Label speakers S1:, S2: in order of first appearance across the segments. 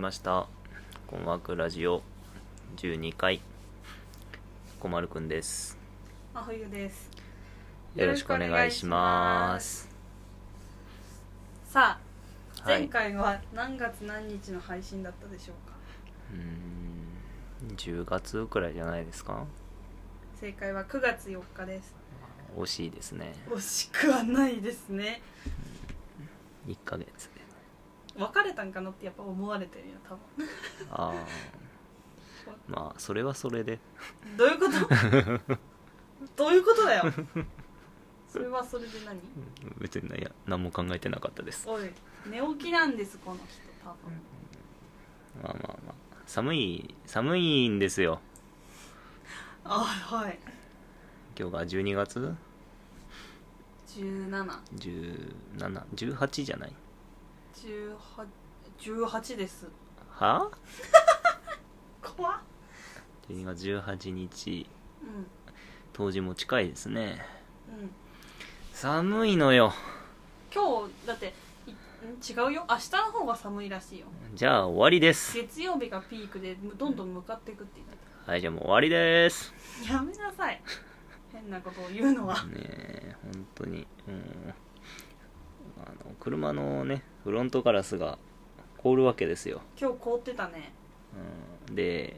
S1: ました困惑ラジオ12回小丸くんです
S2: 真冬です
S1: よろしくお願いします
S2: さあ
S1: はい
S2: 前回は何月何日の配信だったでしょうか、
S1: うーん10月くらいじゃないですか
S2: 正解は9月4日です
S1: 惜しいですね
S2: 惜しくはないですね
S1: 1ヶ月で
S2: 別れたんかなってやっぱ思われてるよ多分
S1: ああまあそれはそれで
S2: どういうことどういうことだよそれはそれで何
S1: 別にないや何も考えてなかったです
S2: おい寝起きなんですこの人多分
S1: まあまあまあ寒い寒いんですよ
S2: あはい
S1: 今日が12月
S2: 1718
S1: 1718じゃない
S2: 18です
S1: は
S2: 怖っ
S1: ?12 月18日
S2: うん
S1: 冬至も近いですね
S2: うん
S1: 寒いのよ
S2: 今日だっていん違うよ明日の方が寒いらしいよ
S1: じゃあ終わりです
S2: 月曜日がピークでむどんどん向かっていくって言って
S1: はいじゃあもう終わりです
S2: たやめなさい変なことを言うのは
S1: ねえ本当にうんあの車のねフロントガラスが凍るわけですよ、
S2: 今日凍ってたね
S1: うん、で、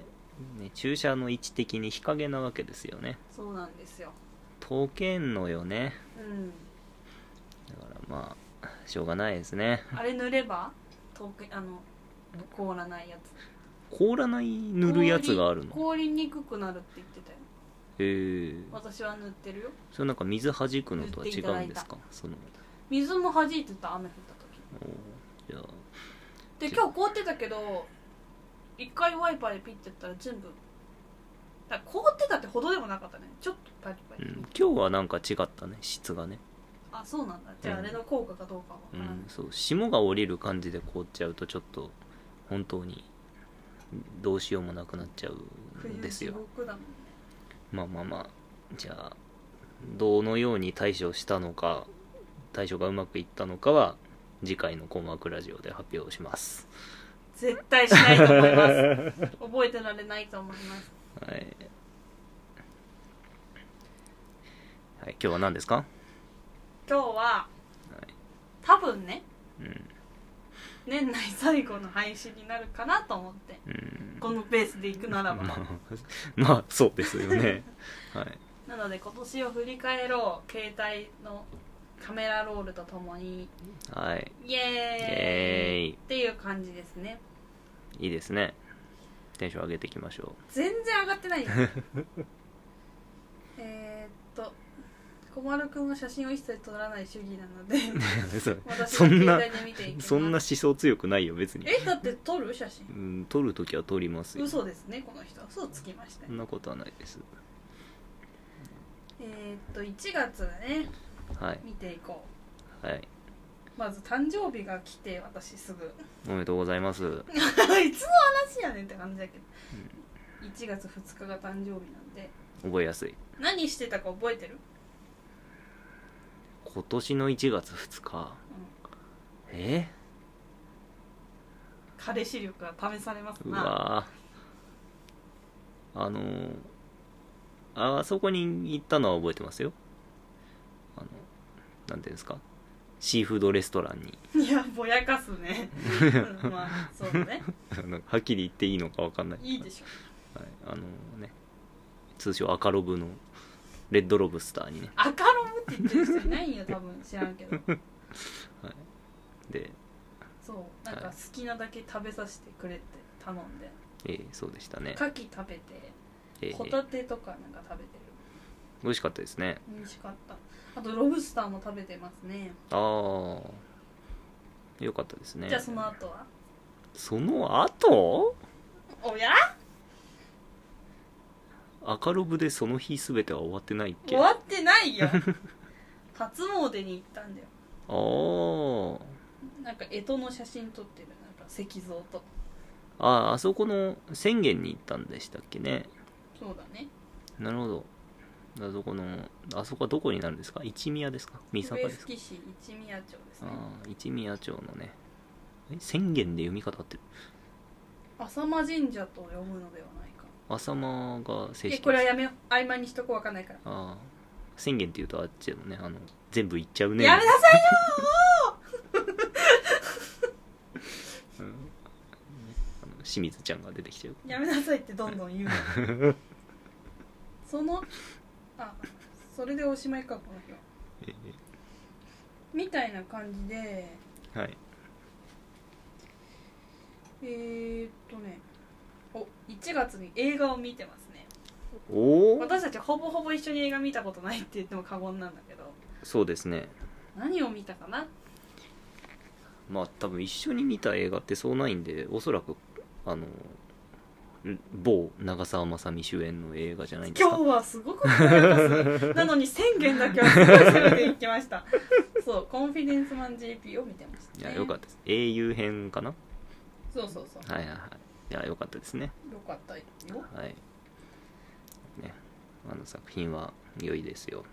S1: ね、駐車の位置的に日陰なわけですよね
S2: そうなんですよ
S1: 溶けんのよね
S2: うん
S1: だからまあしょうがないですね
S2: あれ塗ればとけあの凍らないやつ
S1: 凍らない塗るやつがあるの
S2: 凍り凍りにくくなるって言ってたよ
S1: へえ
S2: 私は塗ってるよ
S1: それなんか水弾くのとは違うんですかその
S2: 水も弾いてた雨降った時
S1: おーじゃあ
S2: で今日凍ってたけど一回ワイパーでピッてやったら全部だから凍ってたってほどでもなかったねちょっとパリパ
S1: う
S2: リ、
S1: ん、今日はなんか違ったね質がね、
S2: あそうなんだじゃああれの効果かどうかは
S1: う
S2: 分からな
S1: ん、
S2: い、
S1: そう霜が降りる感じで凍っちゃうとちょっと本当にどうしようもなくなっちゃうん
S2: 冬
S1: です
S2: 地
S1: よ
S2: 獄だもんね
S1: まあまあまあじゃあどのように対処したのか対処がうまくいったのかは次回の「紅白ラジオ」で発表します
S2: 絶対しないと思います 覚えてられないと思います
S1: はい、はい、今日は何ですか
S2: 今日は多分ね
S1: うん
S2: 年内最後の配信になるかなと思って
S1: うん
S2: このペースでいくならば
S1: まあ、まあそうですよねはい
S2: なので今年を振り返ろう携帯のカメラロールとともに
S1: はい
S2: イエ
S1: イ
S2: ーイ
S1: エーイ
S2: っていう感じですね
S1: いいですねテンション上げていきましょ
S2: 全然上がってないよ えーっと小丸くんは写真を一切撮らない主義なので
S1: う そ
S2: 私
S1: そ
S2: は
S1: ん
S2: 携
S1: な
S2: 帯で見ていきます
S1: そんな思想強くないよ別に、
S2: えだって撮る写真
S1: うん、撮るときは撮りますよそ
S2: 嘘ですねこの人嘘つきましたね
S1: んなことはないです
S2: えーっと1月だね
S1: はい
S2: 見ていこ
S1: はいう
S2: まず誕生日が来て私すぐ
S1: おめでとうございます
S2: いつの話やねんって感じだけど、1月2日が誕生日なんで
S1: 覚えやすい
S2: 何してたか覚えてる
S1: 今年の1月2日え
S2: 彼氏力が試されます
S1: う
S2: な
S1: わーあのーあそこに行ったのは覚えてますよあのなんていうんですかシーフードレストランに
S2: いやぼやかすねうんまあそうだね
S1: なんかはっきり言っていいのかわかんない
S2: いいでしょ
S1: はい、あのね通称赤ロブのレッドロブスターにね
S2: 赤ロムって言ってる人いないよ多分知らんけど
S1: で、
S2: そうなんか好きなだけ食べさせてくれって頼んで
S1: えーそうでしたね、
S2: 牡蠣食べて
S1: えー
S2: ホタテとかなんか食べてる
S1: 美味しかったですね
S2: 美味しかったあとロブスターも食べてますね
S1: ああよかったですね
S2: じゃあその後は
S1: その後
S2: おや
S1: 赤ロブでその日全ては終わってないっけ
S2: 終
S1: あ
S2: わってない よ初詣に行ったんだよ
S1: あー
S2: なんか干支の写真撮ってるなんか石像と
S1: あーあそこの宣言に行ったんでしたっけね
S2: そうだね
S1: なるほどあそこのあそこはどこになるんですか一宮ですか三坂
S2: 上
S1: ですか
S2: 杉市一宮町ですね
S1: ああ一宮町のねえ宣言で読み方合ってる
S2: 浅間神社と読むのではないか
S1: 浅間が正
S2: いや
S1: 式
S2: これは
S1: です
S2: やめよう曖昧にしとこうわかんないから、
S1: ああ宣言っていうとあっちでもねあの全部言っちゃうね
S2: やめなさい
S1: うんあの清水ちゃんが出てきちゃう
S2: やめなさいってどんどん言うの そのあそれでおしまいかこの日は
S1: え
S2: みたいな感じで
S1: えはい
S2: えー、っとねお1月に映画を見てますね
S1: おお
S2: 私たちほぼほぼ一緒に映画見たことないって言っても過言なんだけど
S1: そうですね
S2: 何を見たかな
S1: まあ多分一緒に見た映画ってそうないんでおそらくあの某長澤まさみ主演の映画じゃないんです
S2: 今
S1: か
S2: 日はすごく早すなのに宣言だけはすごい攻めていきましたそうコンフィデンスマン JP を見てました、
S1: い
S2: ね、
S1: やよかったです英雄編かな
S2: そうそうそう
S1: はいはいはいいやよかったですね
S2: よかったよ
S1: はいねあの作品は良いですよ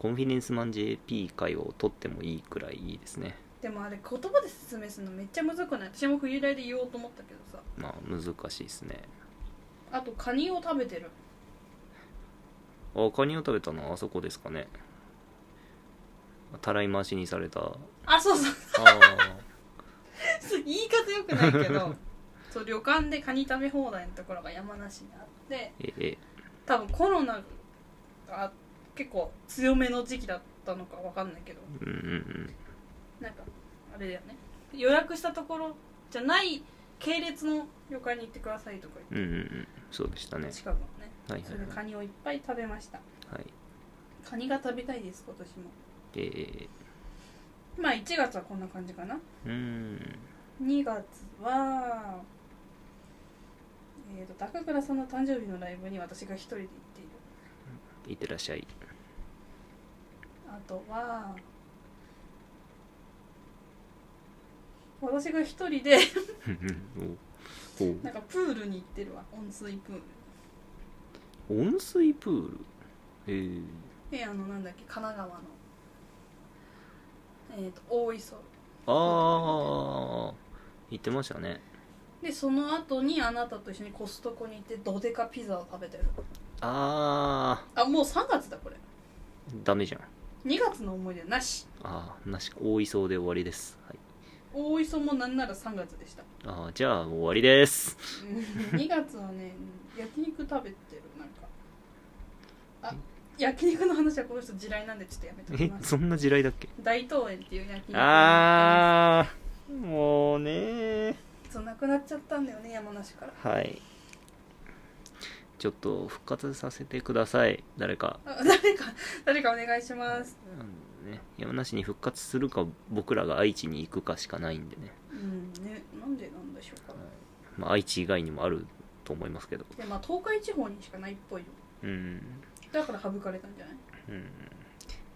S1: コンフィデンスマン JP 会を取ってもいいくらいいいですね
S2: でもあれ言葉で説明するのめっちゃむずくない私も冬来で言おうと思ったけどさ
S1: まあ難しいですね
S2: あとカニを食べてる
S1: あカニを食べたのはあそこですかねたらい回しにされたあ
S2: あそうそう
S1: あ
S2: 言い方よくないけどそう旅館でカニ食べ放題のところが山梨にあって
S1: ええ
S2: 多分コロナが結構強めの時期だったのかわかんないけど
S1: うんうんうん
S2: なんかあれだよね予約したところじゃない系列の旅館に行ってくださいとか
S1: うんうんうんそうでした
S2: 言
S1: ね
S2: って近くのね
S1: はいは
S2: そ
S1: い
S2: れで
S1: は
S2: カニをいっぱい食べました
S1: い、はい、
S2: カニが食べたいです今年も
S1: ええ
S2: まあ1月はこんな感じかな
S1: うーん
S2: 2月はえー、と高倉さんの誕生日のライブに私が一人で行っている
S1: いってらっしゃい
S2: あとは私が一人で
S1: おお
S2: なんかプールに行ってるわ温水プール
S1: 温水プールええ
S2: えあのなんだっけ神奈川のえっ、と大磯
S1: ああ言ってましたね
S2: でその後にあなたと一緒にコストコに行ってドデカピザを食べてる
S1: ああ
S2: あもう3月だこれ
S1: ダメじゃん
S2: 2月の思い出なし
S1: ああなしか大磯で終わりです、はい、
S2: 大磯もなんなら3月でした
S1: ああじゃあ終わりです
S2: 2月はね焼肉食べてるなんかあ焼肉の話はこの人地雷なんでちょっとやめとき
S1: え
S2: ます
S1: そんな地雷だっけ
S2: 大東園っていう焼肉
S1: ああもうねー
S2: そうなくなっちゃったんだよね山梨から
S1: はいちょっと復活させてください誰か、
S2: あ誰か誰かお願いします
S1: うんね、山梨に復活するか僕らが愛知に行くかしかないんでね、
S2: うんねなんでなんでしょうか
S1: まあ、愛知以外にもあると思いますけど
S2: でまあ東海地方にしかないっぽいよ
S1: うん、
S2: だから省かれたんじゃない
S1: うん、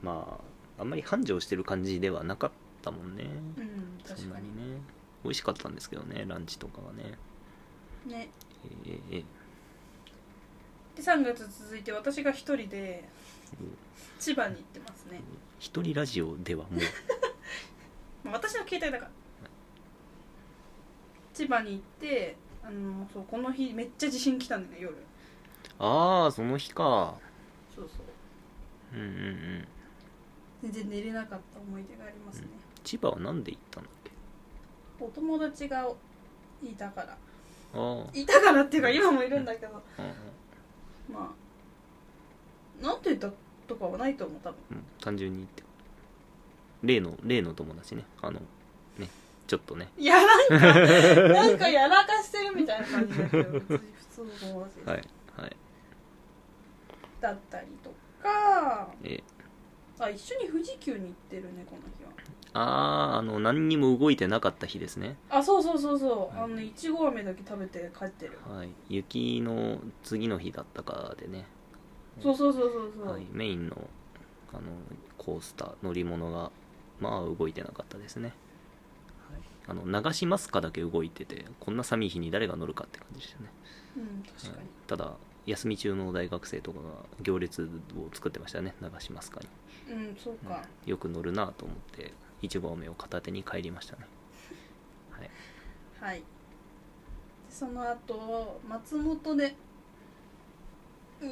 S1: まああんまり繁盛してる感じではなかったもんね
S2: うん
S1: そ
S2: 確
S1: んな
S2: か
S1: に
S2: に
S1: ね美味しかったんですけどねランチとかはね
S2: ね
S1: ええええ
S2: で3月続いて私が一人で
S1: うん
S2: 千葉に行ってますね、
S1: 一人ラジオではもう
S2: まあ、私の携帯だから千葉に行ってあのそうこの日めっちゃ地震来たんだよね夜
S1: ああその日か
S2: そうそ
S1: う
S2: う
S1: んうんうん
S2: 全然寝れなかった思い出がありますね、
S1: 千葉はなんで行ったんだっけ
S2: お友達がいたから
S1: あ
S2: いたからっていうか今もいるんだけど
S1: あ、うん
S2: まあなんて言ったとかはないと思う多分
S1: うん、単純にって例の例の友達ねあのねちょっとね
S2: いやなんかなんかやらかしてるみたいな感じだけど 別に普通の友達
S1: はいはい
S2: だったりとか
S1: え
S2: あ一緒に富士急に行ってるねこの日は
S1: あああの何にも動いてなかった日ですね
S2: あそうそうそうそう
S1: はい
S2: あのねいちご飴だけ食べて帰ってる
S1: はい雪の次の日だったかでね、
S2: そうそうそうそうそう、
S1: はい、メインのあのコースター乗り物がまあ動いてなかったですね、はい、あの流しますかだけ動いててこんな寒い日に誰が乗るかって感じでしたね
S2: うん確か
S1: はい
S2: に、
S1: ただ休み中の大学生とかが行列を作ってましたね流しますかに、
S2: うんそう
S1: うん
S2: か、
S1: よく乗るなと思っていちご飴を片手に帰りましたねはい
S2: はいその後松本でうー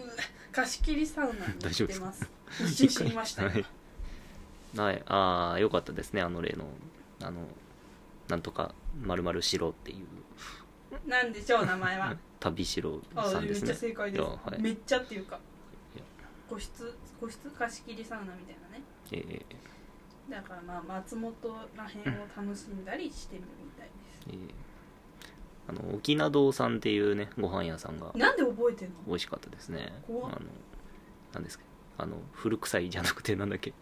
S2: 貸し切りサウナに
S1: 大丈夫で
S2: 行って
S1: すか
S2: ます一瞬死にましたよ
S1: はいはい、ああよかったですねあの例のあのなんとかまるまるしろっていう
S2: なんでしょう名前は
S1: 旅しろ
S2: あ
S1: さん
S2: め
S1: で
S2: っ
S1: す
S2: ちゃ
S1: ね
S2: 正解です、
S1: いやはい
S2: めっちゃっていうか
S1: いや
S2: 個室個室貸し切りサウナみたいなね
S1: ええ
S2: だからまあ松本らへんを楽しんだりしてみるみたいで
S1: え
S2: す
S1: えあの沖縄堂さんっていうねご飯屋さんが
S2: なんで覚えてんの
S1: 美味しかったですねあ
S2: 怖っ
S1: のなんですかあの古臭いじゃなくてなんだっけ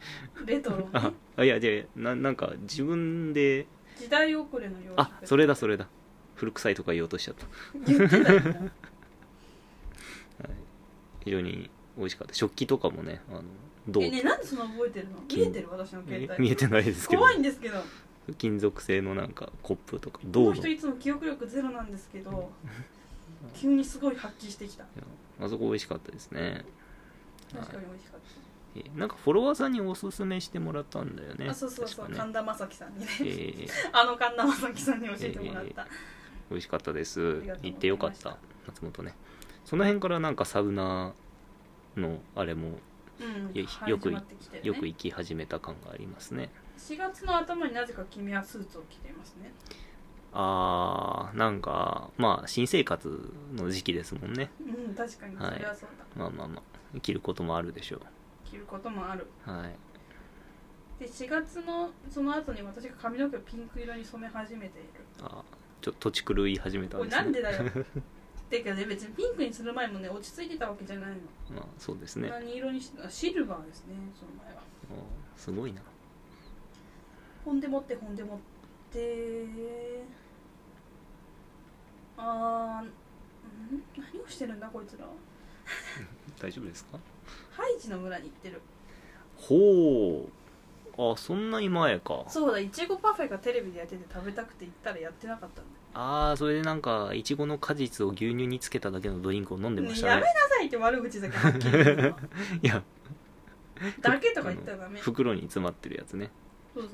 S2: レトロね
S1: ああいやじゃあななんか自分で
S2: 時代遅れのよう
S1: あそれだそれだ古臭いとか言おうとしちゃった、
S2: 言ってたよね
S1: はい、非常に美味しかった食器とかもねあの銅
S2: えねなんでそんな覚えてるの見えてる私の携
S1: え
S2: 帯
S1: 見えてないですけど
S2: 怖いんですけど
S1: 金属製のなんかコップとか
S2: こ
S1: 銅
S2: の
S1: の
S2: 人いつも記憶力ゼロなんです けど急にすごい発揮してきた
S1: いやあそこ美味しかったですね
S2: 確かに美味しかった、
S1: えなんかフォロワーさんにおすすめしてもらったんだよね
S2: あそうそうそう、
S1: 確かね
S2: 神田正輝さんにね、
S1: えー
S2: あの神田正輝さんに教えてもらった、
S1: 美味しかったで
S2: あ
S1: す
S2: りがとうございました
S1: 行ってよかった松本ねその辺からなんかサウナのあれも
S2: うん
S1: よよく
S2: 始まってきてるね
S1: よく行き始めた感がありますね
S2: 4月の頭になぜか君はスーツを着ていますね
S1: あーなんかまあ新生活の時期ですもんね
S2: うん確かにそ
S1: はい
S2: れはそうだ、
S1: まあまあまあ着ることもあるでしょ
S2: 着ることもある
S1: うはい
S2: で4月のその後に私が髪の毛をピンク色に染め始めている
S1: あーちょっと土地狂い始めたん
S2: こ
S1: で
S2: れ
S1: す
S2: な
S1: ね
S2: んでだよ てかね別にピンクにする前もね落ち着いてたわけじゃないの、
S1: まあそうですねあ
S2: 何色にしてたシルバーですねその前は
S1: ーすごいな
S2: ほんでもってほんでもってあーん何をしてるんだこいつら
S1: 大丈夫ですか
S2: ハイジの村に行ってる
S1: ほうあそんなに前か
S2: そうだいちごパフェがテレビでやってて食べたくて行ったらやってなかったんだ
S1: ああそれでなんかいちごの果実を牛乳につけただけのドリンクを飲んで
S2: ね
S1: まし
S2: や
S1: た
S2: め
S1: ね
S2: なさいって悪口だけはっきり 言うの
S1: いや
S2: だけとか言ったらダメそう
S1: 袋に詰まってるやつね、
S2: そう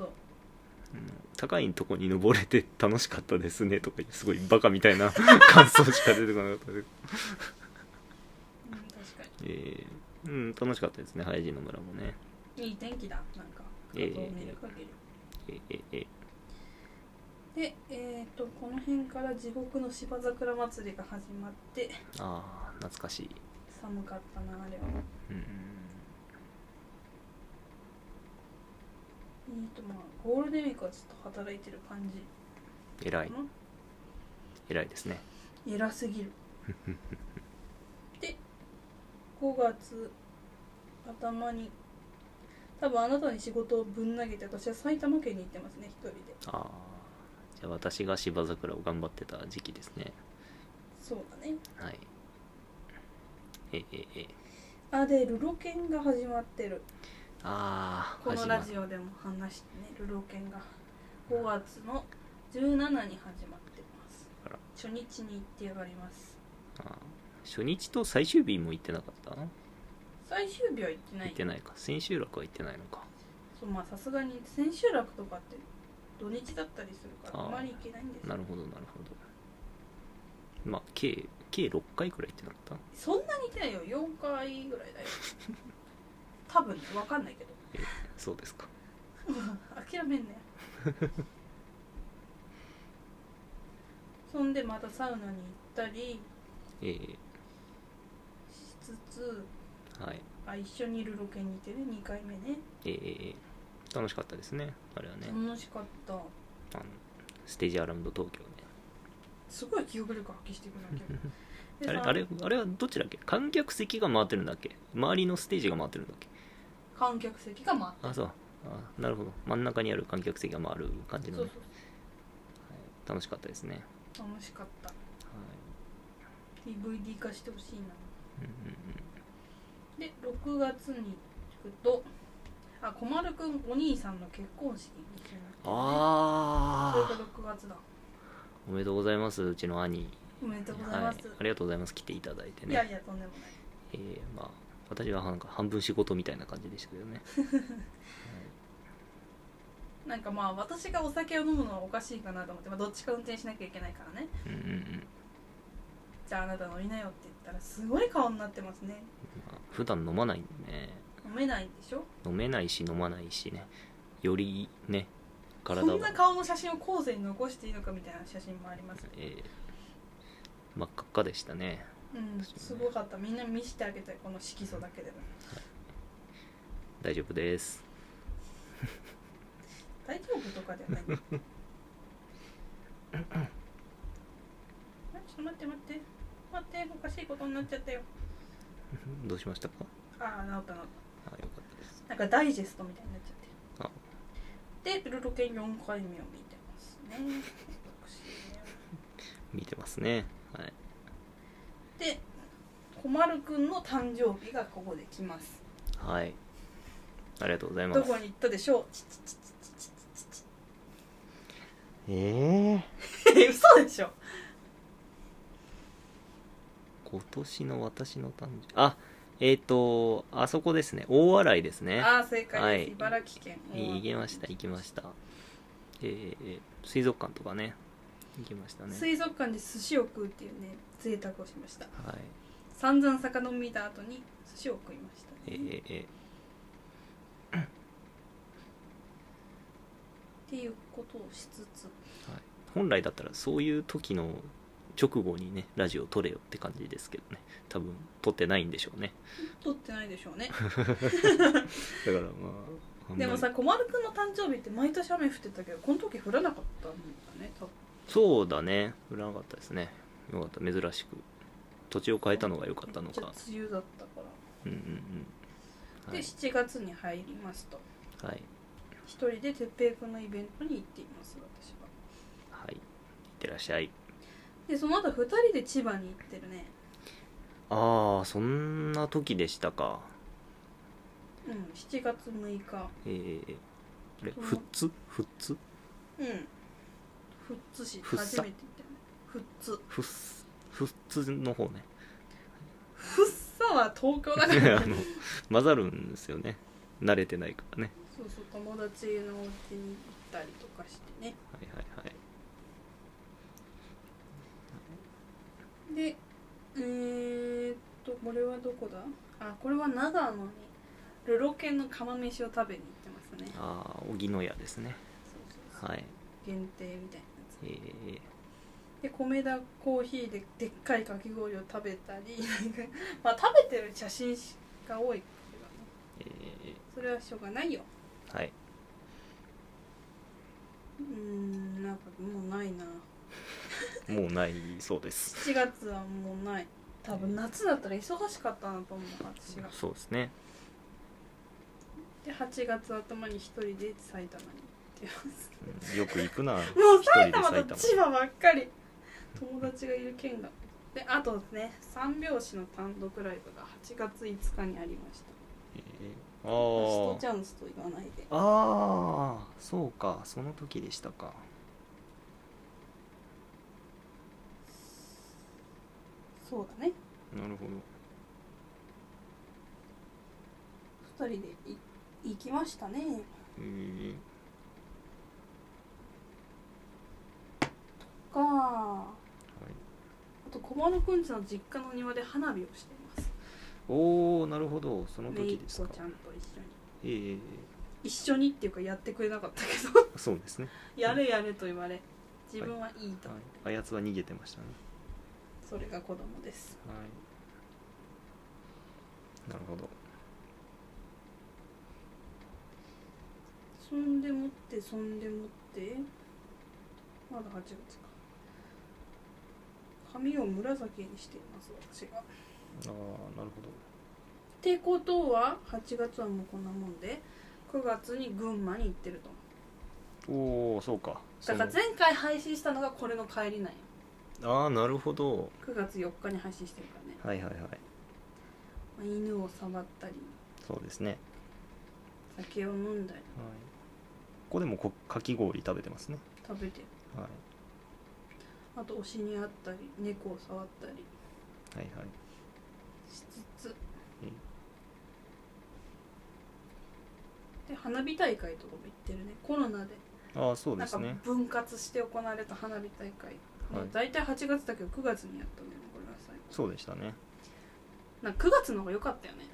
S1: うん高いとこに登れて楽しかったですねとかすごいバカみたいな 感想しか出てこなかったです
S2: うん確か
S1: えーうん楽しかったですねハイジの村もね
S2: にいい天気だなんか
S1: ええ
S2: 画像を見る限り
S1: えええ
S2: でえっ、とこの辺から地獄の芝桜祭りが始まって
S1: ああ懐かしい、
S2: 寒かったなあれは
S1: うんうん
S2: えっ、とまあゴールデンウィークはちょっと働いてる感じ
S1: 偉
S2: か
S1: い
S2: な、
S1: 偉いですね
S2: 偉すぎる で5月頭に多分あなたに仕事をぶん投げて私は埼玉県に行ってますね一人で
S1: ああじゃあ私が芝桜を頑張ってた時期ですね
S2: そうだね
S1: はいええええ
S2: あでルロケンが始まってる
S1: ああ
S2: このラジ
S1: オ
S2: オでも話してねルロケンが5月の17に始まってます
S1: あら
S2: 初日に行ってやがります
S1: 初日と最終日も行ってなかった
S2: 最終日は行ってない
S1: 行ってないか千秋楽は行ってないのか
S2: そうまあさすがに千秋楽とかって土日だったりするから
S1: あー
S2: あまり行けないんです
S1: なるほどなるほどまあ計計6回くらい行ってなかった
S2: そんなに行ってないよ4回ぐらいだよ 多分ね分かんないけど
S1: そうですか
S2: 諦めんね そんでまたサウナに行ったり
S1: ええ
S2: しつつ
S1: はい
S2: あ一緒にルロケンに行ってね2回目ね
S1: ええええ楽しかったですねあれはね、
S2: 楽しかった
S1: あのステージアラウンド東京ね
S2: すごい記憶力発揮してくる わけ
S1: あれ
S2: でさ
S1: あれあれはどっちだっけ観客席が回ってるんだっけ周りのステージが回ってるんだっけ
S2: 観客席が回って
S1: あそうあなるほど真ん中にある観客席が回る感じ
S2: る
S1: の
S2: そ
S1: ね、
S2: う
S1: はい楽しかったですね、はい
S2: そう楽しかった DVD 化してほしい
S1: う
S2: な
S1: んうんうん
S2: で6月に行くとあ小丸くんお兄さんの結婚式に行きまこれ
S1: ああ
S2: が6月だ
S1: おめでとうございますうちの兄
S2: おめでとうございます、
S1: ありがとうございます来ていただいて
S2: い
S1: ね
S2: やいやとんでもない
S1: えーまあ私はなんか半分仕事みたいな感じでしたけどね
S2: なんかまあ私がお酒を飲むのはおかしいかなと思って、まあ、どっちか運転しなきゃいけないからね
S1: うんうんうん
S2: したあなた飲みなよって言ったらすごい顔になってますね
S1: まあ普段飲まないんでね
S2: 飲めないんでしょ
S1: 飲めないし飲まないしねよりね体
S2: そ
S1: は
S2: んな顔の写真を後世に残していいのかみたいな写真もあります
S1: えー真っ赤っかでしたね
S2: うんすごかったみんな見せてあげたいこの色素だけでも
S1: 大丈夫です
S2: 大丈夫とかじゃないあちょっと待って待って待っておかしいことになっちゃったよ
S1: どうしましたか
S2: ああ治った治っ
S1: あよかったです
S2: たなんかダイジェストみたいになっち
S1: あ
S2: ゃってでルロケン4回目を見てますね私ね
S1: 見てますねはい
S2: で小丸くんの誕生日がここで来ます
S1: はいありがとうございます
S2: どこに行ったでしょうちちち
S1: ええ
S2: ち嘘でしょ
S1: 今年の私の誕生あえっ、とあそこですね大洗ですね
S2: ああ正解です、
S1: はい
S2: 茨城県
S1: い行きました行きましたえー、水族館とかね行きましたね
S2: 水族館で寿司を食うっていうね贅沢をしました
S1: はい
S2: 散々魚を見た後に寿司を食いました、
S1: え
S2: ね
S1: ー、え
S2: っていうことをしつつ
S1: ーはい、本来だったらそういう時の直後にねラジオ撮れよって感じですけどね多分撮ってないんでしょうね
S2: 撮ってないでしょ うね
S1: だからまああんまり
S2: でもさ小丸くんの誕生日って毎年雨降ってたけどこの時降らなかったんだね多分
S1: そうだね売らなかったですねよかった珍しく土地を変えたのが良かったの
S2: めっちゃ
S1: か
S2: 梅雨だったから、
S1: うんうんうんは
S2: で
S1: い、
S2: 7月に入りますと
S1: はい
S2: 一人で哲平くんのイベントに行っています私は
S1: はい、いってらっしゃい
S2: でその後二人で千葉に行ってるね
S1: ああそんな時でしたか
S2: うん7月6日
S1: えー、あれ
S2: うん
S1: 富津富津
S2: うん富津市
S1: ふっ
S2: 初
S1: さ
S2: めて行ったよね富津
S1: 富津富津の方ね
S2: ふっさは東京だ
S1: あ
S2: から
S1: の混ざるんですよね慣れてないからね
S2: そうそう友達のお家に行ったりとかしてね
S1: はいはいはい
S2: でえー、っとこれはどこだあこれは長野にルロケンの釜飯を食べに行ってますね
S1: ああ荻野屋ですね
S2: そうそうそう
S1: はい
S2: 限定みたいなやつ
S1: えー、
S2: で米田コーヒーででっかいかき氷を食べたり なんかまあ食べてる写真が多いけどね
S1: え
S2: それはしょうがないよ
S1: ー、はいう
S2: ーんなんかもうないな
S1: もうないそうです
S2: 7月はもうない多分夏だったら忙しかったなと思う私が
S1: そうですね
S2: で8月頭に一人で埼玉に行ってます
S1: うんよく行 くな
S2: もう
S1: 一人
S2: 埼
S1: で
S2: 玉
S1: 埼
S2: と
S1: 玉
S2: 千葉ばっかり友達がいる県がであとね三拍子の単独ライブが8月5日にありました
S1: えー
S2: 私と
S1: あ
S2: チャンスと言わないで
S1: あああそうかその時でしたか
S2: そうだね
S1: なるほど
S2: 二人でい行きましたね
S1: えー、
S2: かあ
S1: はい
S2: と小丸くんちの実家の庭で花火をしています
S1: おおなるほどその
S2: めい
S1: 時
S2: っ
S1: です
S2: 子
S1: か
S2: ちゃんと一緒に
S1: えー、
S2: 一緒にっていうかやってくれなかったけど
S1: そうですね、
S2: やれやれと言われ自分はいいと、
S1: はい、あやつは逃げてましたね
S2: それが子供です
S1: はいなるほど
S2: そんでもってそんでもってまだ8月か髪を紫にしています私がっ
S1: ああなるほど
S2: てことは8月はもうこんなもんで9月に群馬に行ってると
S1: おおそうか
S2: だから前回配信したのがこれの帰りなんよ
S1: そのああなるほど
S2: 9月4日に配信してるからね、
S1: はいはいはい
S2: まあ、犬を触ったり
S1: そうですね、
S2: 酒を飲んだ
S1: はい、こ
S2: り
S1: こでもこかき氷食べてますね
S2: 食べて
S1: はい
S2: あと推しに会ったり猫を触ったり
S1: はいはい
S2: しつつ
S1: うん
S2: で花火大会とかも行ってるねコロナで
S1: ああそう
S2: な
S1: で
S2: んか
S1: すね
S2: 分割して行われた花火大会、
S1: はい
S2: 大体8月だけど9月にやったんだよねこれは最後
S1: そうでしたね
S2: なんか9月の方が良かったよね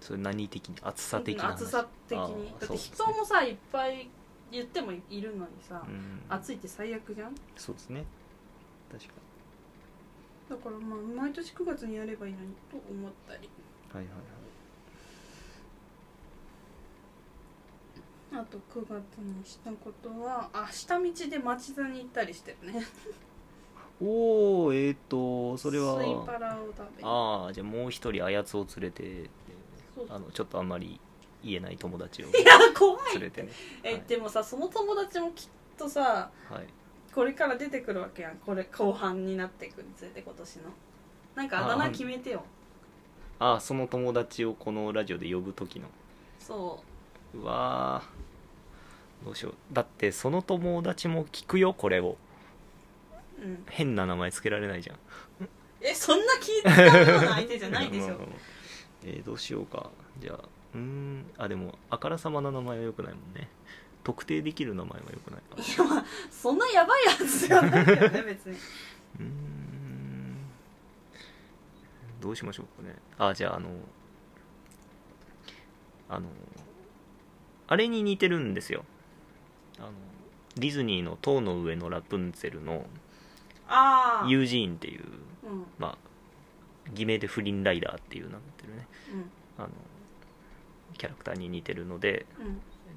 S1: それ何的に暑さ的な話
S2: 暑さ的に
S1: あー
S2: だっ
S1: そう
S2: て
S1: ですね
S2: 人もさいっぱい言ってもいるのにさ、
S1: うん
S2: 暑いって最悪じゃんだ
S1: そうですね確か
S2: からまあ毎年9月にやればいいのにと思ったり
S1: にはいはいはい
S2: あと9月にしたことはあ下道で町座に行ったりしてるね
S1: おおえっ、ー、とそれ
S2: スイパ
S1: は
S2: ラを食べに
S1: ああじゃあもう一人あやつを連れて
S2: そうそう
S1: あのちょっとあんまり言えない友達を
S2: いや怖い
S1: 連れてね
S2: え、
S1: はい
S2: でもさその友達もきっとさ
S1: はい
S2: これから出てくるわけやんこれ後半になっていくにつれて今年のなんかあだ
S1: あ
S2: 名
S1: ー
S2: 決めてよ
S1: ああその友達をこのラジオで呼ぶ時の
S2: そう
S1: わーどうしようだってその友達も聞くよこれを
S2: ううん
S1: 変な名前つけられないじゃん
S2: えそんな気使うような相手じゃない でし
S1: まあ
S2: ょ
S1: まあまあえーどうしようかじゃあうーんあでもあからさまな名前はよくないもんね特定できる名前はよくないか
S2: いやまあそんなやばいやつじゃないよね別に
S1: うーんどうしましょうかねあじゃああのあのあれに似てるんですよあのディズニーの「塔の上のラプンツェル」の
S2: ああ
S1: ユージーンっていう
S2: うんうん
S1: まあ偽名で不倫ライダーっていうなんてるねあのキャラクターに似てるので
S2: うん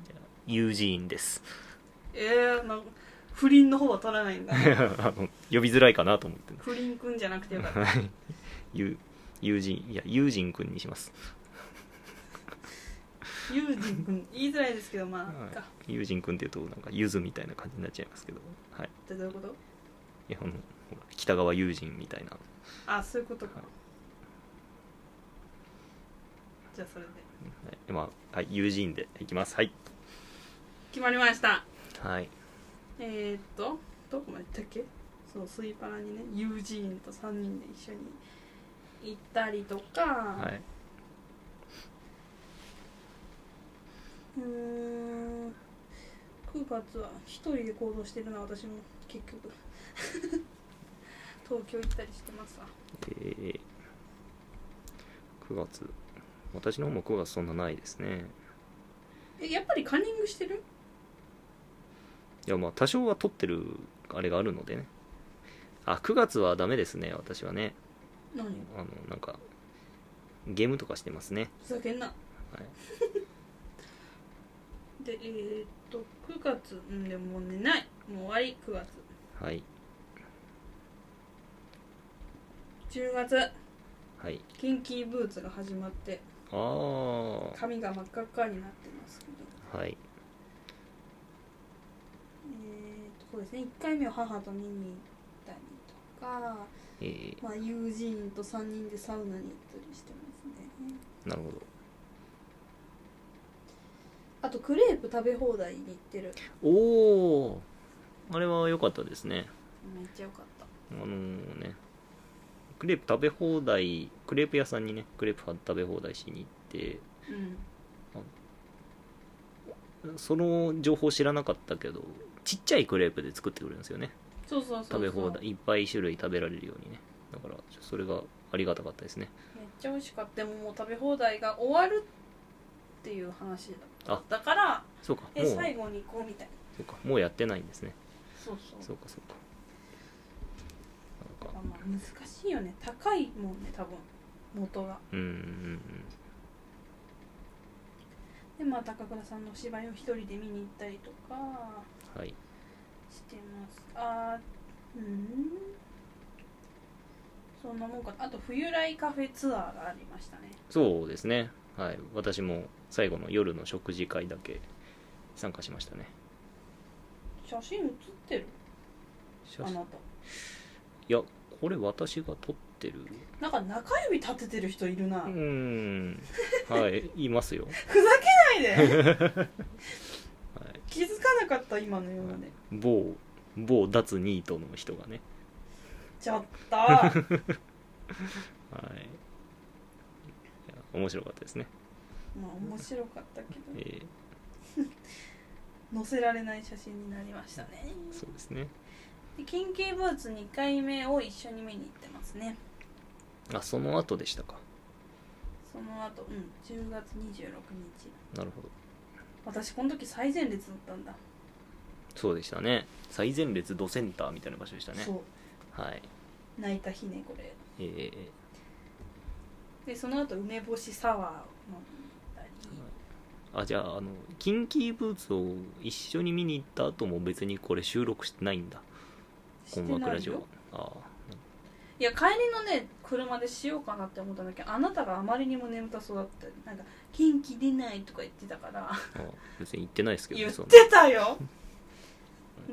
S1: じゃあユージーンです
S2: えー、なんか不倫の方は取らないん だ
S1: あの呼びづらいかなと思って
S2: 不倫くんじゃなくてよ かった
S1: はいユユージーンいやユージンくんにします
S2: ユージンくん言いづらいですけどまあ、
S1: はい
S2: いっか
S1: 友人くんっていうとなんかゆずみたいな感じになっちゃいますけど、はい、
S2: ってどういうこと
S1: いやあのほら北川友人みたいな
S2: あそういうことか、
S1: はい
S2: じゃあそれで
S1: はいまあはい友人でいきますはい
S2: 決まりました
S1: はい
S2: えー、っとどこまで行ったっけそうスイパラにね友人と3人で一緒に行ったりとか、
S1: はい、
S2: うーん9月は一人で行動してるな私も結局 東京行ったりしてますわ
S1: えー、9月私の方も9月そんなないですね
S2: えやっぱりカンニングしてる
S1: いやまあ多少は取ってるあれがあるのでねあ9月はダメですね私はね
S2: 何
S1: あのなんかゲームとかしてますね
S2: ふざけんな
S1: はい
S2: でえー、っと9月うんでももう寝ないもう終わり9月
S1: はい
S2: 10月
S1: はい
S2: キンキーブーツが始まって
S1: ああ
S2: 髪が真っ赤っかになってますけど
S1: はい
S2: えー、とそうですね1回目を母と見に行ったりとか、
S1: えー、
S2: まあ、友人と3人でサウナに行ったりしてますね
S1: なるほど
S2: あとクレープ食べ放題に行ってる
S1: おおあれは良かったですね
S2: めっちゃよかった
S1: あのーねクレープ食べ放題クレープ屋さんにねクレープ食べ放題しに行って
S2: うん
S1: その情報知らなかったけどちっちゃいクレープで作ってくれるんですよね
S2: そうそうそうそう
S1: 食べ放題いっぱい種類食べられるようにねだからそれがありがたかったですね
S2: めっちゃ美味しかったでももう食べ放題が終わるっていう話だ
S1: あ
S2: だから
S1: そうかも
S2: え
S1: う
S2: 最後に行こうみたいな
S1: そうかもうやってないんですね
S2: そうそう
S1: そうかそうかなんか
S2: まあまあ難しいよね高いもんね多分元が
S1: うんうんうん
S2: でまあ高倉さんのお芝居を一人で見に行ったりとか
S1: はい
S2: してますあーうんそんなもんかあと冬来カフェツアーがありましたね
S1: そうですねはい私も最後の夜の食事会だけ参加しましたね
S2: 写真写ってるあな
S1: い
S2: た
S1: やこれ私が撮ってる
S2: なんか中指立ててる人いるな、
S1: うー
S2: ない
S1: んは い言いますよ、
S2: い で
S1: はい、
S2: 気づかなかった今のようで
S1: 某某脱ニートの人がね
S2: ちょっと
S1: はいいや面白かったですね、
S2: まあ面白かったけど
S1: えー
S2: 載せられない写真になりましたね
S1: そうですね
S2: で緊急ブーツ2回目を一緒に見に行ってますね
S1: あその後でしたか
S2: その後うん10月26日
S1: なるほど
S2: 私この時最前列だったんだ
S1: そうでしたね最前列ドセンターみたいな場所でしたね
S2: そう
S1: はい
S2: 泣いた日ねこれ
S1: えー、
S2: でその後梅干しサワーを飲んだり
S1: あじゃああのキンキーブーツを一緒に見に行った後も別にこれ収録してないんだ
S2: して
S1: 困
S2: な
S1: 惑ラ
S2: い
S1: ジオは
S2: よ
S1: あ
S2: いや帰りのね車でしようかなって思ったんだけどあなたがあまりにも眠たそうだったなんか「元気出ない」とか言ってたか
S1: ー
S2: ら
S1: あー別に行ってないですけど
S2: 言っ
S1: そんな
S2: て たよ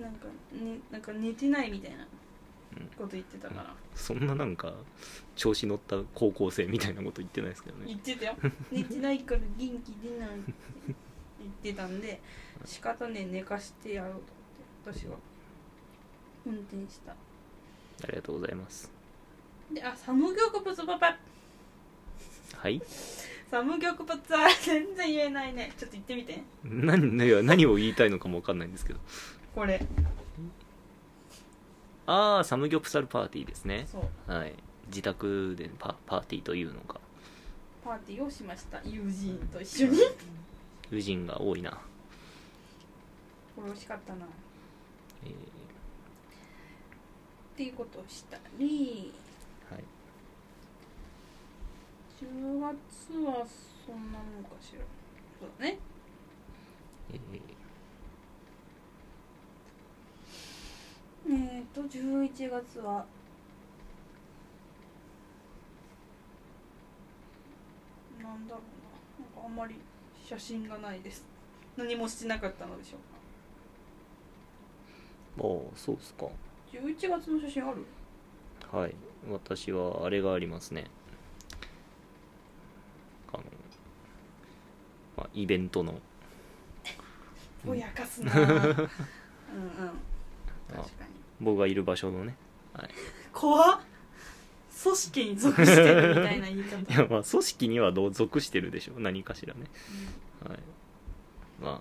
S2: なんか、ね、なんか寝てないみたいな
S1: うん
S2: こと言ってたから、
S1: そんななんか調子乗った高校生みたいなこと言ってないですけどね
S2: 言ってたよ寝てないから元気出ないって言ってたんで仕方ねえ寝かしてやろうと思って私は運転した
S1: ありがとうございます
S2: であサムギョクプツパパ
S1: はい
S2: サムギョクプツは全然言えないねちょっと言ってみて
S1: 何いや何を言いたいのかも分かんないんですけど
S2: これ
S1: ああサムギョプサルパーティーですね
S2: そう
S1: はい自宅でパパーティーというのか
S2: パーティーをしました友人と一緒に
S1: 友人が多いな、
S2: これ美味しかったなっ
S1: え
S2: ていうことをしたり
S1: ーはい、
S2: 10月はそんなもんかしらそうだね
S1: えー
S2: えー、と11月はなんだろうななんかあんまり写真がないです何もしてなかったのでしょう
S1: ああそうっすか
S2: か11月の写真ある
S1: はい私はあれがありますねあの、まあ、イベントの
S2: ぼやか すなうんうん確かに
S1: 僕がいる場所のね、はい、
S2: 怖っ組織に属してるみたいな言い方
S1: いやまあ組織にはどう属してるでしょう何かしらね、はい、まあ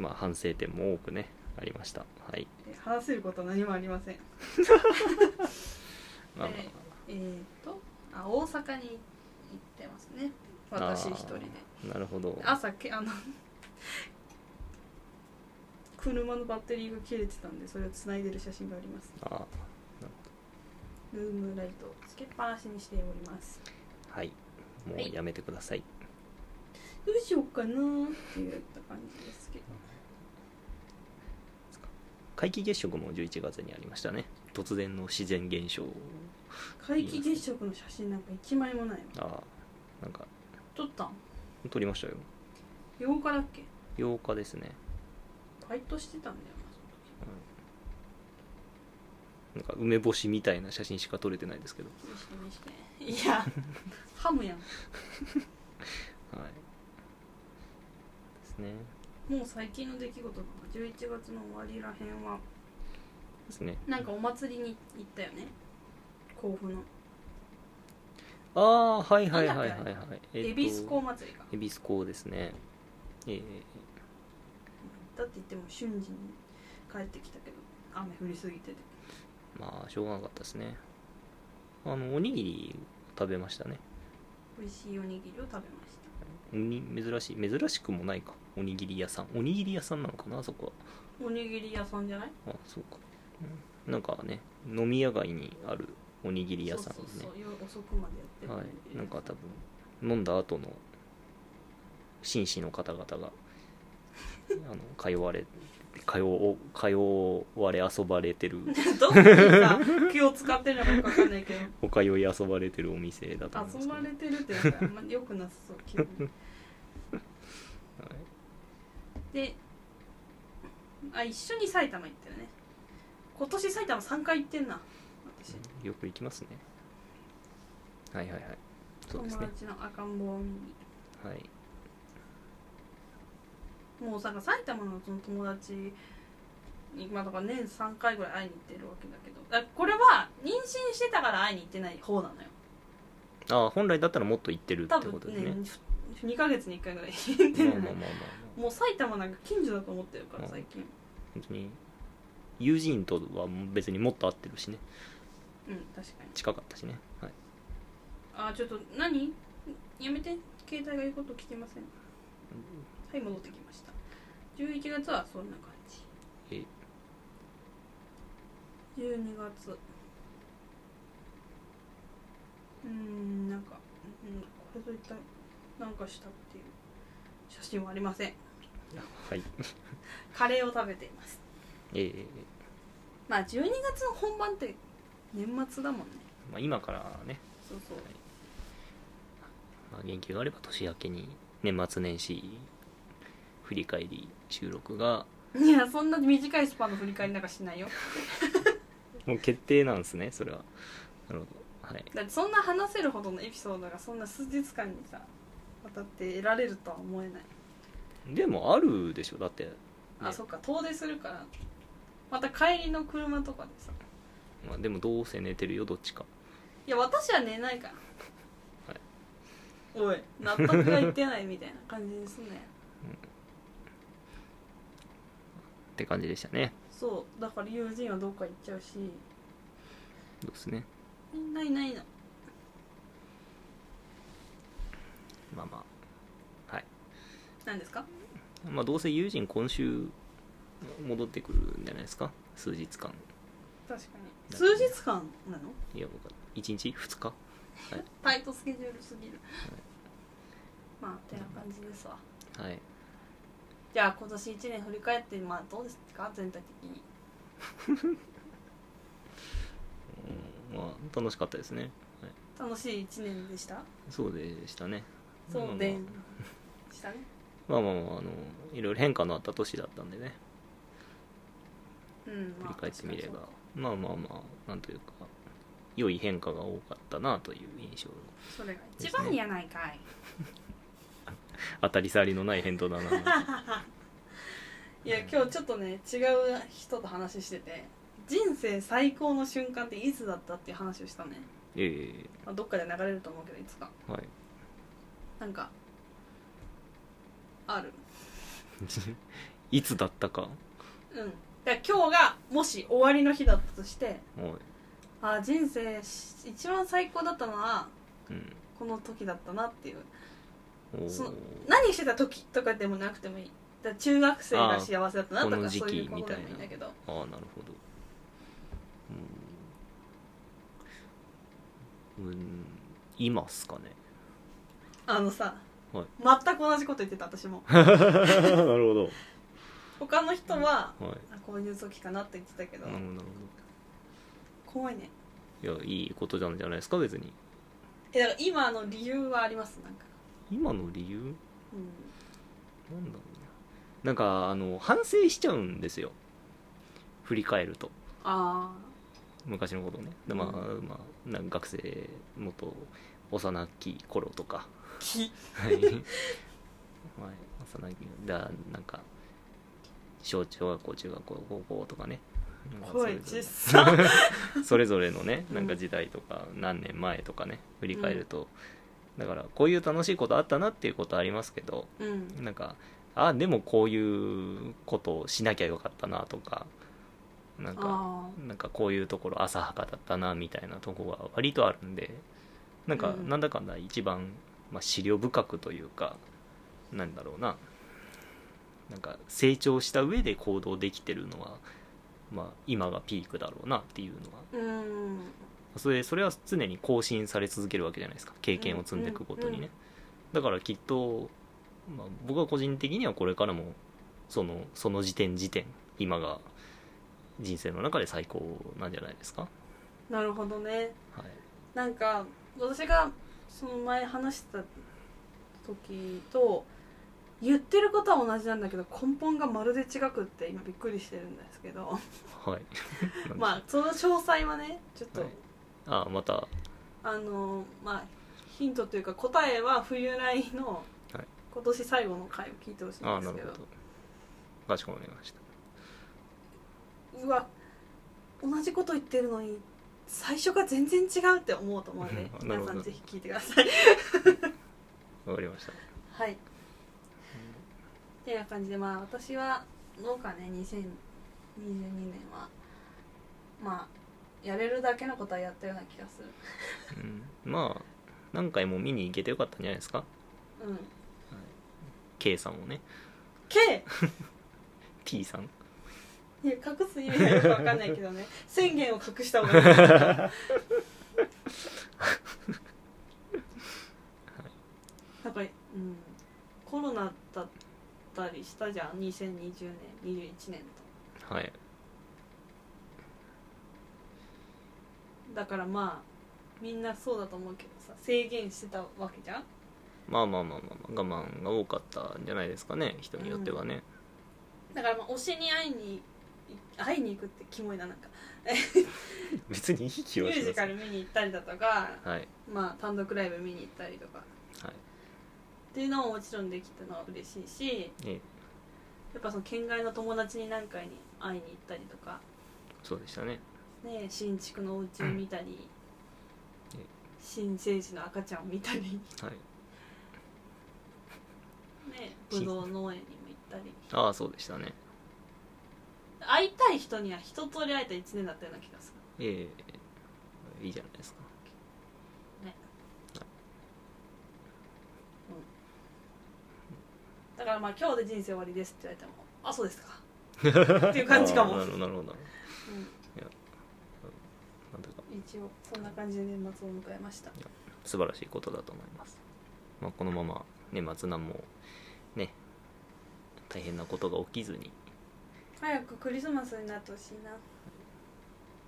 S1: まあ反省点も多くねありましたはい、
S2: で話せることは何もありません
S1: まあ
S2: ええー、とあ大阪に行ってますね
S1: まあ
S2: 私一人で
S1: あーなるほど
S2: 朝けあの車のバッテリーが切れてたんでそれを繋いでる写真があります
S1: あー
S2: ルームライトをつけっぱなしにしております
S1: はいも
S2: はいう
S1: やめてください、
S2: どうしようかなーって言った感じですけど
S1: 皆既月食も11月にありましたね突然の自然現象
S2: 皆既月食の写真なんか一枚もないわ
S1: ああなんか
S2: 撮ったん
S1: 撮りましたよ
S2: 8日だっけ
S1: 8日ですね
S2: バイトしてたんだよなそ
S1: な
S2: の時
S1: んか梅干しみたいな写真しか撮れてないですけど、
S2: 見して見していや ハムやん
S1: はい、ですね
S2: もう最近の出来事かな11月の終わりらへんは
S1: ですね
S2: なんかお祭りに行ったよね甲府の
S1: ああはいはいはいはい
S2: なん
S1: は
S2: だ
S1: い
S2: っ
S1: えっと
S2: 恵比寿港祭りか
S1: 恵比寿港ですねえー
S2: だって言っても瞬時に帰ってきたけど雨降りすぎてて
S1: まあしょうがなかったですねあのおにぎり食べましたね
S2: 美味しいおにぎりを食べました
S1: おに珍しい珍しくもないかおにぎり屋さんおにぎり屋さんなのかなあそこ
S2: おにぎり屋さんじゃない
S1: はあそうか、うんなんかね飲み屋街にあるおにぎり屋さん
S2: そう
S1: です
S2: そう
S1: ね
S2: そう夜遅くまでやってる
S1: はい、なんか多分飲んだ後の紳士の方 々があの通われ通お通われ遊ばれてる
S2: どこにさ気を使ってるのかよくわかんないけど
S1: お通い遊ばれてるお店だと思います
S2: 遊ば
S1: けど
S2: れてるっていうかあんまり良くなさそう気分であ一緒に埼玉行ったよね今年埼玉3回行ってんな私
S1: はい、よく行きますねはいはいはいそうです
S2: 友
S1: ね
S2: 達の赤ん坊を見に
S1: はい
S2: もうさ埼玉のその友達にまあだから年3回ぐらい会いに行ってるわけだけどだこれは妊娠してたから会いに行ってない方なのよ
S1: ああ本来だったらもっと行ってるって
S2: 多
S1: こと
S2: 分
S1: です
S2: ね
S1: ね
S2: ふ2ヶ月に1回ぐらい行って
S1: まあまあま
S2: るの
S1: あまあ、
S2: よ
S1: まあ、
S2: もう埼玉なんか近所だと思ってるから最近
S1: 本当に友人とは別にもっと合ってるしね
S2: うん確かに
S1: 近かったしね、はい、
S2: あちょっと何やめて携帯が言うこと聞きませんはい戻ってきました11月はそんな感じ
S1: え
S2: 12月うーんなんか、うん、これといったなんかしたっていう写真はありません
S1: はい
S2: カレーを食べています
S1: えー
S2: まあ12月の本番って年末だもんね
S1: まあ、今からね、
S2: そうそう
S1: まあ、言及があれば年明けに年末年始振り返り収録が
S2: いやそんな短いスパンの振り返りなんかしないよ
S1: もう決定なんですねそれはなるほどはい
S2: だってそんな話せるほどのエピソードがそんな数日間にさ渡って得られるとは思えない、
S1: でもあるでしょだって、
S2: あ
S1: ね
S2: そっか遠出するからまた帰りの車とかでさ
S1: まあ、でもどうせ寝てるよどっちか
S2: いや私は寝ないから
S1: はい
S2: おい納得がいってないみたいな感じにすんなよ
S1: って感じでしたね
S2: そうだから友人はどっか行っちゃうし
S1: どうですね
S2: ないないの
S1: まあま
S2: 何ですか
S1: あまあどうせ友人今週戻ってくるんじゃないですか数日間
S2: 確かに数日間なの
S1: いや僕は1日2日
S2: タイトスケジュールすぎる、まあてな感じですわ
S1: はい
S2: じゃあ今年1年振り返ってまあどうですか全体的に
S1: うんまあ楽しかったですね
S2: 楽しい1年でした
S1: そうでしたね
S2: そうでしたね
S1: まあまあまあ、まあ、あのいろいろ変化のあった年だったんでね
S2: うん
S1: 振
S2: ま
S1: り
S2: あ
S1: 返ってみればまあまあまあなんというか良い変化が多かったなという印象
S2: それが一番やないかい
S1: 当たり障りのない返答だな
S2: いや今日ちょっとね違う人と話してて人生最高の瞬間っていつだったっていう話をしたね、
S1: ええ
S2: まあ、どっかで流れると思うけどいつか
S1: はい
S2: なんかある
S1: いつだったか
S2: うんだから今日がもし終わりの日だったとして
S1: おい
S2: あー人生し一番最高だったのは
S1: うん
S2: この時だったなっていう
S1: おー
S2: その何してた時とかでもなくてもいいだから中学生が幸せだったなと
S1: あーこの
S2: か
S1: 時期
S2: そういうことでもいい
S1: み
S2: ん
S1: た
S2: だ
S1: い
S2: けど
S1: ああなるほどうん、うん、今っすかね
S2: あのさ、
S1: は
S2: 全く同じこと言ってた私も
S1: なるほど
S2: 他の人は、
S1: はい
S2: あこういう時かなって言ってたけど、
S1: なるほどなる
S2: 怖いね
S1: ほどいやいいことじゃんじゃないですか別に
S2: えだから今の理由はありますなんか、
S1: 今の理由
S2: うん、
S1: なんだろうななんかあの反省しちゃうんですよ振り返ると
S2: あ
S1: 昔のことをねでまあ、まあ、なんか学生もっと幼き頃とか
S2: あき
S1: はい、はい、幼いだなんか小中学校中学校高校とかねまあそ
S2: 声
S1: れぞ
S2: 小
S1: れ
S2: さ
S1: それぞれのね
S2: うん
S1: なんか時代とか何年前とかね振り返ると、だからこういう楽しいことあったなっていうことはありますけど
S2: うん
S1: なんかあでもこういうことをしなきゃよかったなとかなんか
S2: あ
S1: なんかこういうところ浅はかだったなみたいなとこが割とあるんでなんか
S2: うん
S1: なんだかんだ一番、まあ、資料深くというかなんだろうななんか成長した上で行動できてるのは、まあ、今がピークだろうなっていうのは
S2: あうん
S1: それそれは常に更新され続けるわけじゃないですか経験を積んでいくごとにね、
S2: うんうん
S1: だからきっと、まあ、僕は個人的にはこれからもそのその時点時点今が人生の中で最高なんじゃないですか
S2: なるほどね
S1: はい
S2: なんか私がその前話した時と言ってることは同じなんだけど根本がまるで違くって今びっくりしてるんですけど
S1: はいなんで
S2: まあその詳細はねちょっと、
S1: はいあまた
S2: あのまあヒントというか答えは冬来の
S1: はい
S2: 今年最後の回を聞いてほしい
S1: あ
S2: んで
S1: な
S2: す
S1: る
S2: けど,、
S1: ほどかしこまりました
S2: うわ同じこと言ってるのに最初が全然違うって思うと思うんで
S1: なる
S2: 皆
S1: ほど
S2: さんぜひ聞いてください
S1: わかりました
S2: はいってな感じでまあ私はどうかね2020 22年はまあやれるだけのことはやったような気がする
S1: うん、まあ何回も見に行けてよかったんじゃないですか
S2: うん
S1: K さんをね
S2: K!
S1: T さん
S2: いや隠す意味がよくわかんないけどね宣言を隠した方がいいのかなやっぱり、うん、コロナだったりしたじゃん2020年21年と
S1: はい
S2: だからまあみんなそうだと思うけどさ制限してたわけじゃん
S1: まあまあまあまあ、まあ、我慢が多かったんじゃないですかね人によってはね、
S2: だからまあ推しに会いに会いに行くってキモいななんか
S1: 別にいい気
S2: ミュ
S1: はし
S2: ー
S1: ま
S2: ジ
S1: す
S2: カル見に行ったりだとか、
S1: はい
S2: まあ、単独ライブ見に行ったりとか
S1: はい
S2: っていうのももちろんできたのは嬉しいし
S1: ええ
S2: やっぱその県外の友達に何回に会いに行ったりとか、
S1: そうでしたね
S2: ね、新築のお家を見たり、
S1: ええ
S2: 新生児の赤ちゃんを見 たり、ね、
S1: はい
S2: ぶどう農園にも行ったり
S1: ああそうでしたね
S2: 会いたい人には一通り会えた1年だったような気がす
S1: ええいいじゃないですか
S2: るだからまあ今日で人生終わりですって言われてもあそうですかっていう感じか
S1: あ
S2: も
S1: あなるほどなるほどなん
S2: うん
S1: だか
S2: 一応そんな感じで年末を迎えました
S1: 素晴らしいことだと思います、まあ、このまま年末なんもね大変なことが起きずに
S2: 早くクリスマスになってほしいな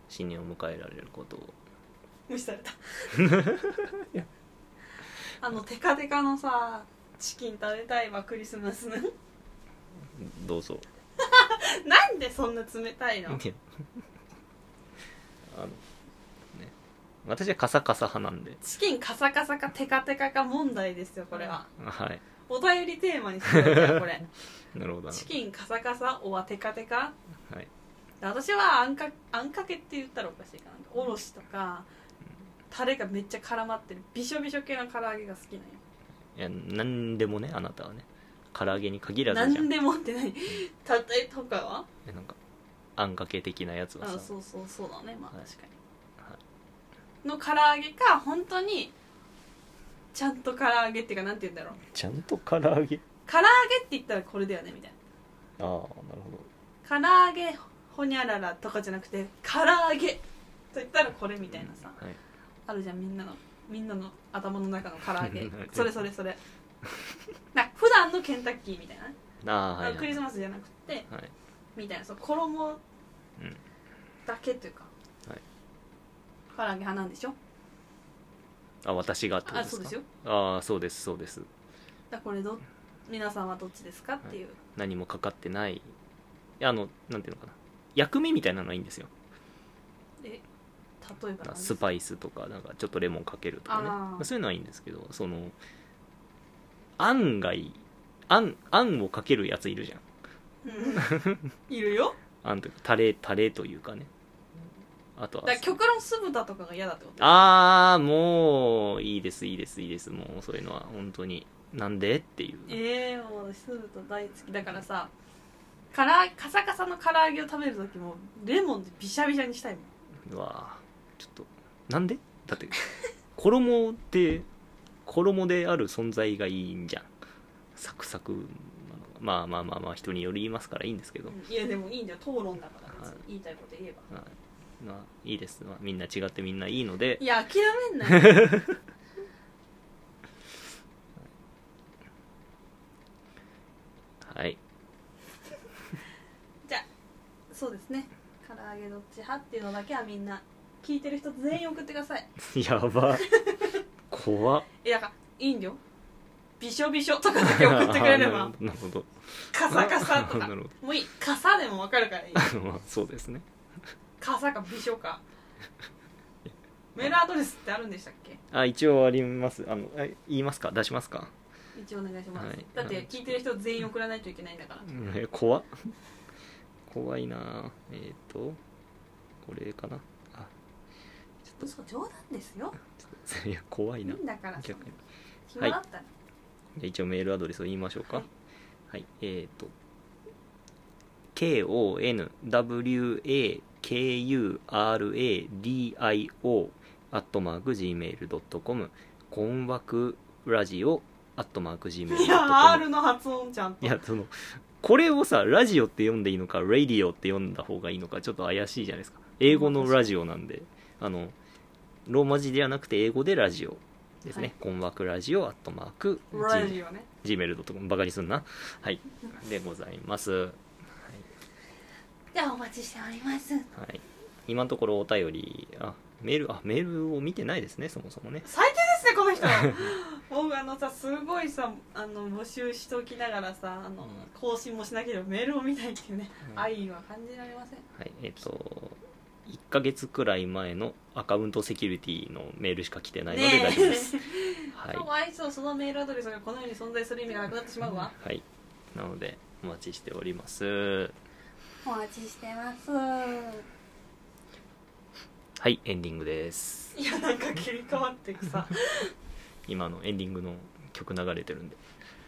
S1: 新年を迎えられることを
S2: 無視されたあのテカテカのさチキン食べたいわクリスマスの
S1: どうぞ
S2: なんでそんな冷たいの
S1: いや あのね私はカサカサ派なんで
S2: チキンカサカサかテカテカか問題ですよこれは
S1: はい
S2: お便りテーマにしてくださいこれ
S1: なるほどな
S2: チキンカサカサおはテカテカ
S1: はい
S2: 私はあんかあんかけって言ったらおかしいかなおろしとかタレがめっちゃ絡まってるびしょびしょ系の唐揚げが好きなんよ
S1: いや何でもねあなたはね唐揚げに限らずじゃ
S2: 何
S1: ん
S2: でもってないた とえとかは
S1: えなんかあんかけ的なやつは
S2: あ
S1: さ
S2: そうそうそうだねまあ
S1: はい
S2: 確か
S1: は
S2: にの唐揚げか本当にちゃんと唐揚げっていうかなんて言うんだろう
S1: ちゃんと唐揚げ
S2: 唐揚げって言ったらこれだよねみたい
S1: ああなるほ
S2: な唐揚げほにゃららとかじゃなくて唐揚げと言ったらこれみたいなさ
S1: どはい
S2: あるじゃんみんなのみんなの頭の中の唐揚げ
S1: はい
S2: それそれそれなんか普段のケンタッキーみたいなね、
S1: ああはい
S2: あの
S1: は
S2: ク
S1: い
S2: リスマスじゃなくて
S1: はい
S2: みたいなその衣
S1: うん
S2: だけというか、
S1: はい
S2: 唐揚げ派なんでしょ
S1: あ私がってこと
S2: あ
S1: ですか
S2: そうですよ
S1: ああそうですそうです
S2: だからこれど皆さんはどっちですかっていう、
S1: 何もかかってないいやあのなんていうのかな薬味みたいなのがいいんですよ
S2: え例えば何
S1: スパイスとかなんかちょっとレモンかけるとかね
S2: あー
S1: まあそういうのはいいんですけどその案外あんあんをかけるやついるじゃん
S2: うんいるよ
S1: あんというかタレタレというかね あと
S2: だ
S1: は
S2: から極論酢豚とかが嫌だってこと
S1: ああもういいですいいですいいですもうそういうのは本当になんでっていう
S2: ええもう私酢豚大好きだからさからカサカサの唐揚げを食べる時もレモンでビシャビシャにしたいもん
S1: のはちょっとなんでだって 衣って衣である存在がいいんじゃんサクサクなのがまあまあまあまあ人により言いますからいいんですけど、
S2: いやでもいいんだよ討論だから
S1: は
S2: 別
S1: い
S2: に言いたいこと言えば
S1: まあ、まあいいです、まあ、みんな違ってみんないいので
S2: いや諦めんな よ
S1: はい
S2: そうですね唐揚げどっち派っていうのだけはみんな聞いてる人全員送ってください
S1: やば怖っ
S2: えだからいいんだよびしょびしょとかだけ送ってくれれ
S1: あ
S2: ば
S1: ーなるほど
S2: カサカサと
S1: な
S2: か
S1: るほど
S2: もういいカサでも分かるからいい
S1: あのまあそうですね
S2: カサか美女かメールアドレスってあるんでしたっけ
S1: あ一応ありますあのえ言いますか出しますか
S2: 一応お願いします、
S1: はい
S2: だって聞いてる人全員送らないといけないんだから
S1: うんえ怖っ怖いなえっ、とこれかなあ
S2: 嘘冗談ですよ
S1: ちょっといや 怖
S2: いい
S1: いなん
S2: だからそん
S1: 逆
S2: な
S1: に
S2: 暇だったら、
S1: じゃあ一応メールアドレスを言いましょうか
S2: は
S1: はいい、えっ、と KONUSHI wakuradio アットマーク gmail.com 困惑ラジオアットマーク
S2: いや
S1: gmail.com
S2: R の発音ちゃん と
S1: いやそのこれをさラジオって読んでいいのかラディオって読んだ方がいいのかちょっと怪しいじゃないですか英語のラジオなんであのローマ字ではなくて英語でラジオですね、
S2: はい
S1: 困惑ラジオアットマーク
S2: ラジオね
S1: gmail.com バカにすんなはいでございます
S2: ではお待ちしております
S1: はい、今のところお便りあメールあメールを見てないですねそもそもね
S2: 最低ですねこ の人僕あのさすごいさあの募集しときながらさあの、
S1: うん
S2: 更新もしなければメールを見ないっていうね、
S1: うん
S2: 愛は感じられません
S1: はいえっ、と1ヶ月くらい前のアカウントセキュリティのメールしか来てないので
S2: ね
S1: 大丈夫 です、
S2: え
S1: はい
S2: かわいそうそのメールアドレスがこのように存在する意味がなくなってしまうわ、
S1: はいなのでお待ちしております
S2: お待ちしてますい
S1: はいエンディングです
S2: やなんか切り替わってくさ
S1: 今のエンディングの曲流れてるんで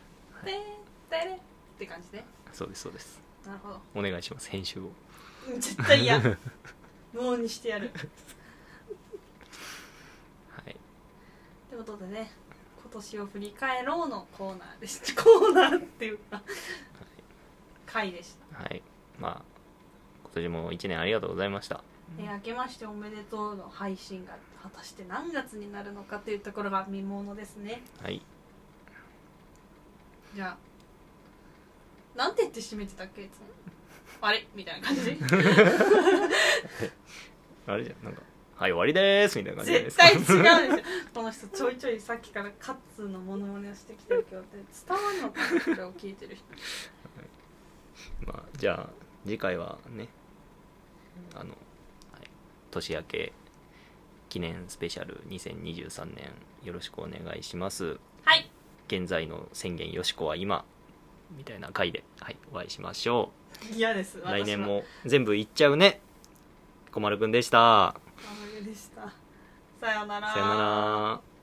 S2: 「てんてれ」って感じで
S1: そうですそうです
S2: なるほど
S1: お願いします編集を
S2: うん絶対嫌脳にしてやる
S1: はい
S2: ということでね今年を振り返ろうのコーナーでしたコーナーっていうか回でした
S1: はいまあ今年も1年ありがとうございました
S2: で明けましておめでとうの配信が果たして何月になるのかというところが見ものですね
S1: はい
S2: じゃあなんて言って締めてたっけいつもあれみたいな感 じ
S1: あれじゃんなんか「はい終わりです」みたいな感じじゃないで
S2: 絶
S1: すか
S2: 対違うんですよこの人ちょいちょいさっきからカッツーのモノマネをしてきてるけど伝わるのかなこれを聞いてる人
S1: まあ、じゃあ次回はねあの、はい、年明け記念スペシャル2023年よろしくお願いします
S2: はい
S1: 現在の宣言よしこは今みたいな回で、はい、お会いしましょ
S2: 嫌です
S1: う
S2: 私は
S1: 来年も全部いっちゃうね小丸くんでした
S2: あ無理でしたさよなら
S1: さよなら